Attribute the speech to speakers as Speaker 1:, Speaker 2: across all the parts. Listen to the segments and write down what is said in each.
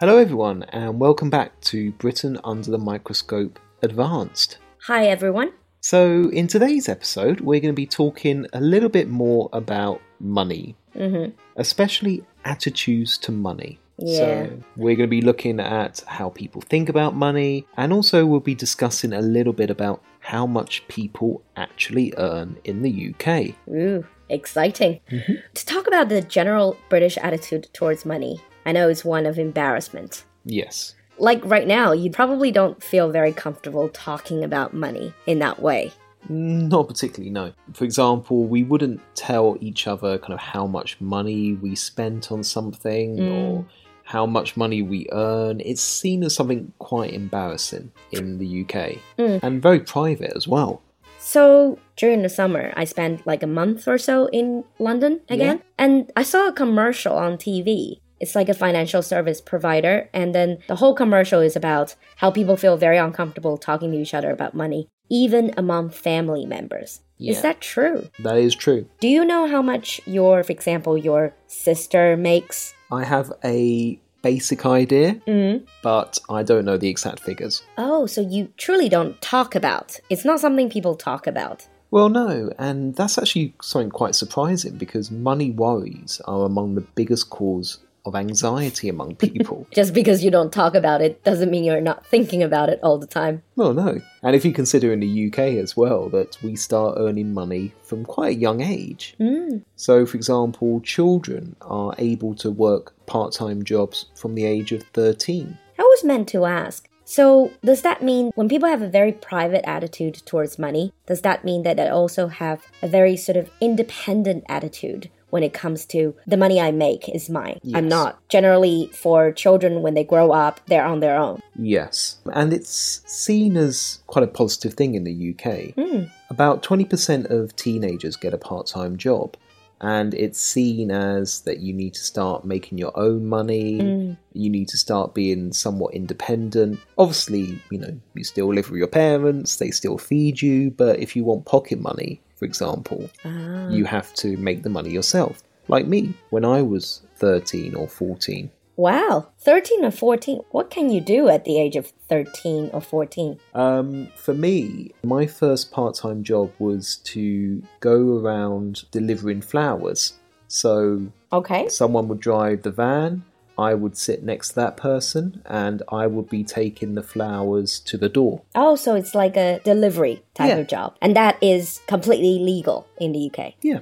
Speaker 1: Hello, everyone, and welcome back to Britain Under the Microscope Advanced.
Speaker 2: Hi, everyone.
Speaker 1: So, in today's episode, we're going to be talking a little bit more about money,
Speaker 2: Mm-hmm.
Speaker 1: especially attitudes to money.
Speaker 2: Yeah.
Speaker 1: So, we're going to be looking at how people think about money, and also we'll be discussing a little bit about how much people actually earn in the UK.
Speaker 2: Ooh, exciting. To talk about the general British attitude towards money, I know is one of embarrassment.
Speaker 1: Yes.
Speaker 2: Like right now, you probably don't feel very comfortable talking about money in that way.
Speaker 1: Not particularly, no. For example, we wouldn't tell each other kind of how much money we spent on something or how much money we earn. It's seen as something quite embarrassing in the UK and very private as well.
Speaker 2: So during the summer, I spent like a month or so in London again, and I saw a commercial on TV. It's like a financial service provider, and then the whole commercial is about how people feel very uncomfortable talking to each other about money, even among family members.
Speaker 1: Yeah.
Speaker 2: Is that true?
Speaker 1: That is true.
Speaker 2: Do you know how much your, for example, your sister makes?
Speaker 1: I have a basic idea,
Speaker 2: Mm.
Speaker 1: but I don't know the exact figures.
Speaker 2: Oh, so you truly don't talk about. It's not something people talk about.
Speaker 1: Well, no, and that's actually something quite surprising because money worries are among the biggest cause of anxiety among people.
Speaker 2: Just because you don't talk about it doesn't mean you're not thinking about it all the time.
Speaker 1: Well, no. And if you consider in the UK as well that we start earning money from quite a young age.
Speaker 2: Mm.
Speaker 1: So, for example, children are able to work part time jobs from the age of 13.
Speaker 2: I was meant to ask. So, does that mean when people have a very private attitude towards money, does that mean that they also have a very sort of independent attitude when it comes to the money I make is mine? I'm
Speaker 1: Yes.
Speaker 2: not. Generally, for children, when they grow up, they're on their own.
Speaker 1: Yes. And it's seen as quite a positive thing in the UK.
Speaker 2: Mm.
Speaker 1: About 20% of teenagers get a part time job. And it's seen as that you need to start making your own money, you need to start being somewhat independent. Obviously, you know, you still live with your parents, they still feed you, but if you want pocket money, for example,
Speaker 2: Ah.
Speaker 1: you have to make the money yourself. Like me, when I was 13 or 14.
Speaker 2: Wow. 13 or 14. What can you do at the age of 13 or 14?
Speaker 1: Um, for me, my first part time job was to go around delivering flowers. So
Speaker 2: Okay.
Speaker 1: someone would drive the van, I would sit next to that person, and I would be taking the flowers to the door.
Speaker 2: Oh, so it's like a delivery type
Speaker 1: Yeah.
Speaker 2: of job. And that is completely legal in the UK.
Speaker 1: Yeah.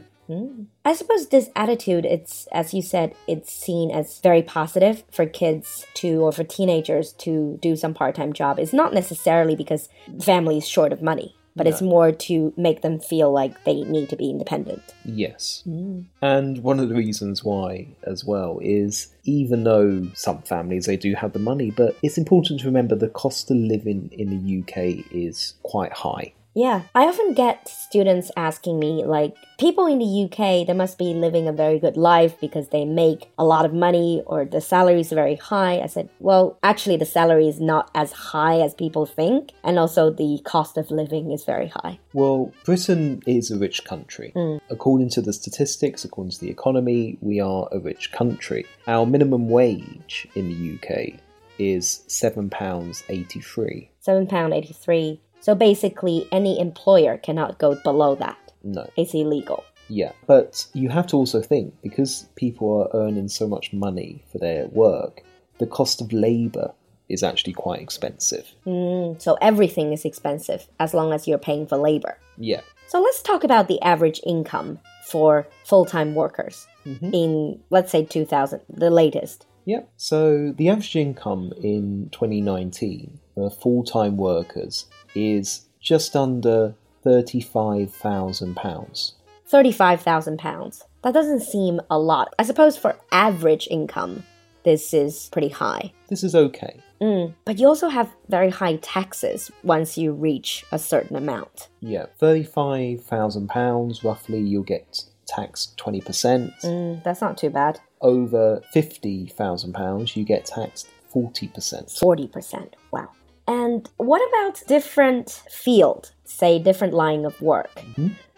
Speaker 2: I suppose this attitude, it's as you said, it's seen as very positive for kids to or for teenagers to do some part-time job. It's not necessarily because family is short of money, but it's more to make them feel like they need to be independent.
Speaker 1: Yes. And one of the reasons why, as well, is even though some families they do have the money, but it's important to remember the cost of living in the UK is quite high.
Speaker 2: Yeah, I often get students asking me like people in the UK, they must be living a very good life because they make a lot of money or the salary is very high. I said, "Well, actually the salary is not as high as people think, and also the cost of living is very high."
Speaker 1: Well, Britain is a rich country. According to the statistics, according to the economy, we are a rich country. Our minimum wage in the UK is £7.83.
Speaker 2: 7 pound 83. So basically any employer cannot go below that.
Speaker 1: No.
Speaker 2: It's illegal.
Speaker 1: Yeah, but you have to also think because people are earning so much money for their work, the cost of labour is actually quite expensive.
Speaker 2: Mm, so everything is expensive as long as you're paying for labor.
Speaker 1: Yeah,
Speaker 2: So let's talk about the average income for full-time workers in let's say 2000, the latest.
Speaker 1: yeah. So the average income in 2019 for full time workers is just under £35,000.
Speaker 2: 35,000 pounds. That doesn't seem a lot. I suppose for average income, this is pretty high.
Speaker 1: This is okay.
Speaker 2: Mm, But you also have very high taxes once you reach a certain amount.
Speaker 1: Yeah, £35,000 roughly, you'll get taxed 20%.
Speaker 2: Mm, that's not too bad.
Speaker 1: Over £50,000, you get taxed 40%.
Speaker 2: 40%. Wow. And what about different field, say different line of work?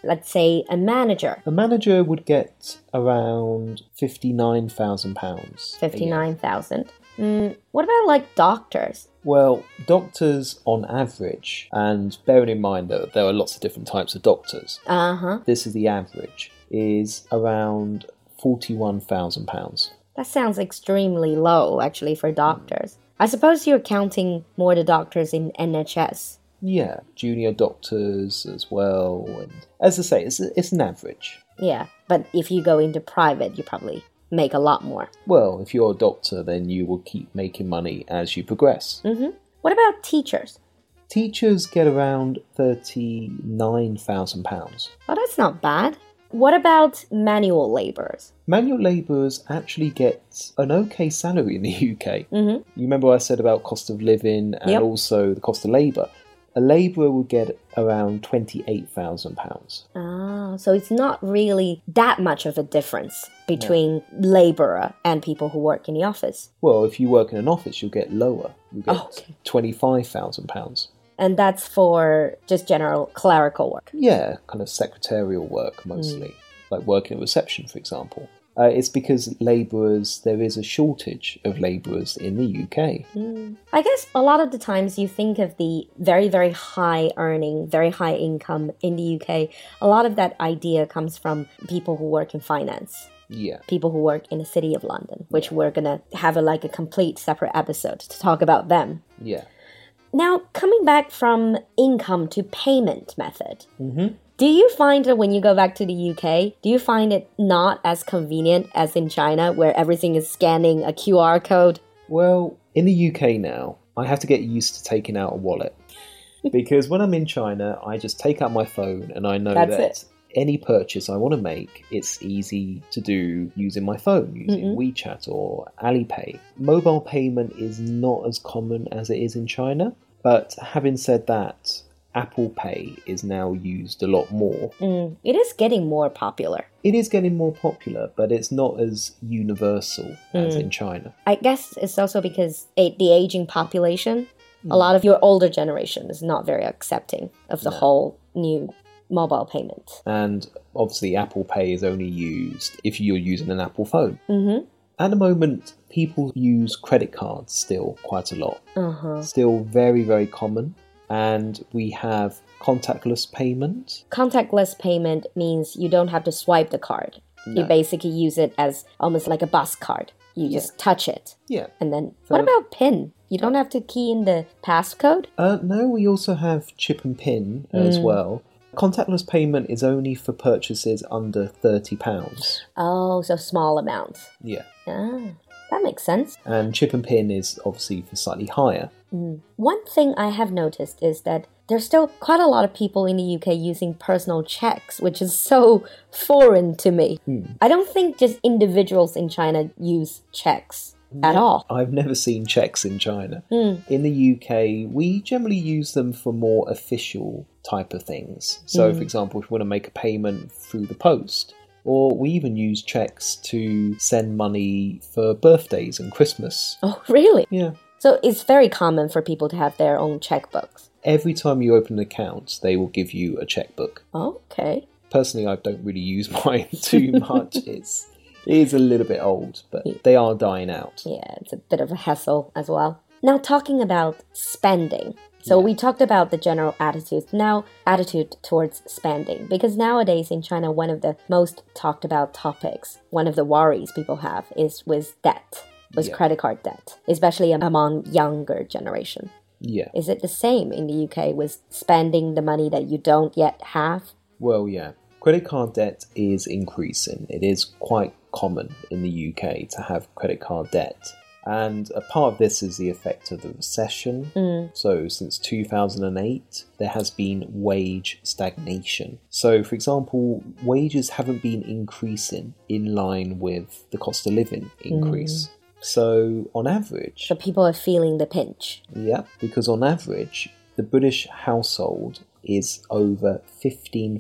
Speaker 2: Let's say a manager,
Speaker 1: A manager would get around £59,000. a year.
Speaker 2: 59,000. Mm, what about like doctors?
Speaker 1: Well, doctors on average, and bearing in mind that there are lots of different types of doctors,
Speaker 2: Uh-huh.
Speaker 1: this is the average, is around £41,000.
Speaker 2: That sounds extremely low actually for doctors. I suppose you're counting more the doctors in NHS.
Speaker 1: Yeah, junior doctors as well. And as I say, it's, it's an average.
Speaker 2: Yeah, but if you go into private, you probably make a lot more.
Speaker 1: Well, if you're a doctor, then you will keep making money as you progress.
Speaker 2: What about teachers?
Speaker 1: Teachers get around £39,000.
Speaker 2: Oh, that's not bad. What about manual laborers?
Speaker 1: Manual labourers actually get an okay salary in the UK. Mm-hmm. You remember I said about cost of living and
Speaker 2: Yep.
Speaker 1: also the cost of labour. A labourer will get around twenty-eight thousand pounds.
Speaker 2: Ah, so it's not really that much of a difference between laborer and people who work in the office.
Speaker 1: Well, if you work in an office, you'll get lower. You get
Speaker 2: Oh, okay.
Speaker 1: twenty-five thousand pounds.
Speaker 2: And that's for just general clerical work.
Speaker 1: Yeah, kind of secretarial work mostly,
Speaker 2: Mm.
Speaker 1: like working at reception, for example. Uh, it's because labourers, there is a shortage of labourers in the UK.
Speaker 2: Mm. I guess a lot of the times you think of the very, very high earning, very high income in the UK, a lot of that idea comes from people who work in finance.
Speaker 1: Yeah.
Speaker 2: people who work in the city of London, which we're gonna have a, like a complete separate episode to talk about them.
Speaker 1: Yeah.
Speaker 2: Now, coming back from income to payment method, do you find that when you go back to the UK, do you find it not as convenient as in China, where everything is scanning a QR code?
Speaker 1: Well, in the UK now, I have to get used to taking out a wallet. because when I'm in China, I just take out my phone and I know
Speaker 2: That's
Speaker 1: that
Speaker 2: it.
Speaker 1: any purchase I want to make, it's easy to do using my phone, using WeChat or Alipay. Mobile payment is not as common as it is in China, but having said that, Apple Pay is now used a lot more.
Speaker 2: Mm, it is getting more popular.
Speaker 1: It is getting more popular, but it's not as universal as
Speaker 2: Mm.
Speaker 1: in China.
Speaker 2: I guess it's also because a the aging population, a lot of your older generation is not very accepting of the whole new mobile payment.
Speaker 1: and obviously Apple Pay is only used if you're using an Apple phone. Mm-hmm. At the moment, people use credit cards still quite a lot. Uh-huh. Still very, very common. And we have contactless payment.
Speaker 2: contactless payment means you don't have to swipe the card. You basically use it as almost like a bus card. You just touch it.
Speaker 1: Yeah.
Speaker 2: And then what about PIN? You don't have to key in the passcode?
Speaker 1: Uh, no, we also have chip and pin as well. Contactless payment is only for purchases under £30.
Speaker 2: Oh, so small amounts.
Speaker 1: Yeah.
Speaker 2: Ah, that makes sense.
Speaker 1: And chip and pin is obviously for slightly higher.
Speaker 2: One thing I have noticed is that there's still quite a lot of people in the UK using personal checks, which is so foreign to me. I don't think just individuals in China use checks at all.
Speaker 1: I've never seen checks in China. In the UK, we generally use them for more official type of things. So, for example, if we want to make a payment through the post, or we even use checks to send money for birthdays and Christmas.
Speaker 2: Oh, really?
Speaker 1: Yeah.
Speaker 2: So it's very common for people to have their own checkbooks.
Speaker 1: Every time you open an account, they will give you a checkbook.
Speaker 2: Okay.
Speaker 1: Personally, I don't really use mine too much. It's it is a little bit old, but they are dying out.
Speaker 2: Yeah, it's a bit of a hassle as well. Now, talking about spending. So, we talked about the general attitudes. Now, attitude towards spending. Because nowadays in China, one of the most talked about topics, one of the worries people have is with debt, with
Speaker 1: Yeah.
Speaker 2: credit card debt, especially am- among younger generation.
Speaker 1: Yeah.
Speaker 2: Is it the same in the UK with spending the money that you don't yet have?
Speaker 1: Well, yeah. Credit card debt is increasing. It is quite common in the UK to have credit card debt. And a part of this is the effect of the recession. So, since 2008, there has been wage stagnation. So, for example, wages haven't been increasing in line with the cost of living increase. So, on average,
Speaker 2: So, people are feeling the pinch.
Speaker 1: yeah, because on average, the British household is over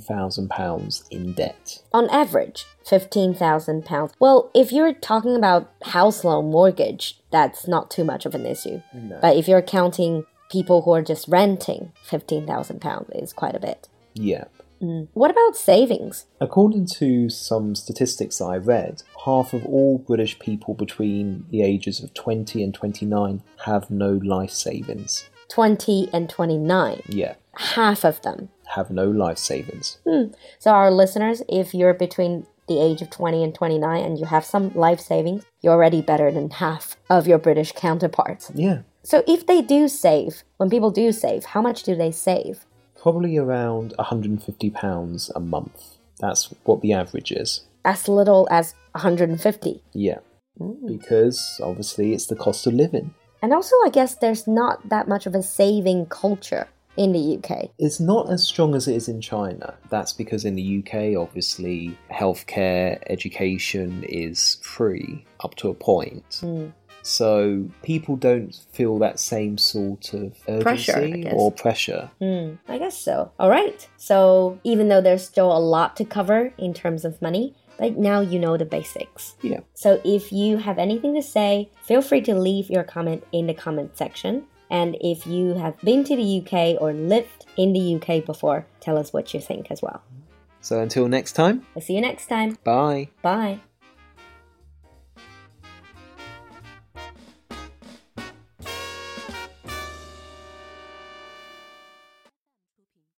Speaker 1: £15,000 in debt.
Speaker 2: on average, fifteen thousand pounds. Well, if you're talking about house loan mortgage, that's not too much of an issue. But if you're counting people who are just renting 15,000 pounds is quite a bit.
Speaker 1: Yeah.
Speaker 2: Mm. What about savings?
Speaker 1: According to some statistics I read, half of all British people between the ages of 20 and 29 have no life savings.
Speaker 2: 20 and 29,
Speaker 1: Yeah,
Speaker 2: half of them.
Speaker 1: have no life savings.
Speaker 2: Hmm. So, our listeners, if you're between the age of 20 and 29 and you have some life savings, you're already better than half of your British counterparts.
Speaker 1: Yeah,
Speaker 2: So, if they do save, when people do save, how much do they save?
Speaker 1: probably around £150 a month. That's what the average is.
Speaker 2: As little as 150.
Speaker 1: Yeah, because obviously it's the cost of living.
Speaker 2: And also, I guess there's not that much of a saving culture in the UK.
Speaker 1: It's not as strong as it is in China. That's because in the UK, obviously, healthcare, education is free up to a point.
Speaker 2: Hmm.
Speaker 1: So people don't feel that same sort of urgency
Speaker 2: Pressure, I guess.
Speaker 1: or pressure.
Speaker 2: Hmm, I guess so. All right. So, even though there's still a lot to cover in terms of money, but now you know the basics.
Speaker 1: Yeah.
Speaker 2: So, if you have anything to say, feel free to leave your comment in the comment section. And if you have been to the UK or lived in the UK before, tell us what you think as well.
Speaker 1: So until next time,
Speaker 2: I'll see you next time.
Speaker 1: bye.
Speaker 2: Bye.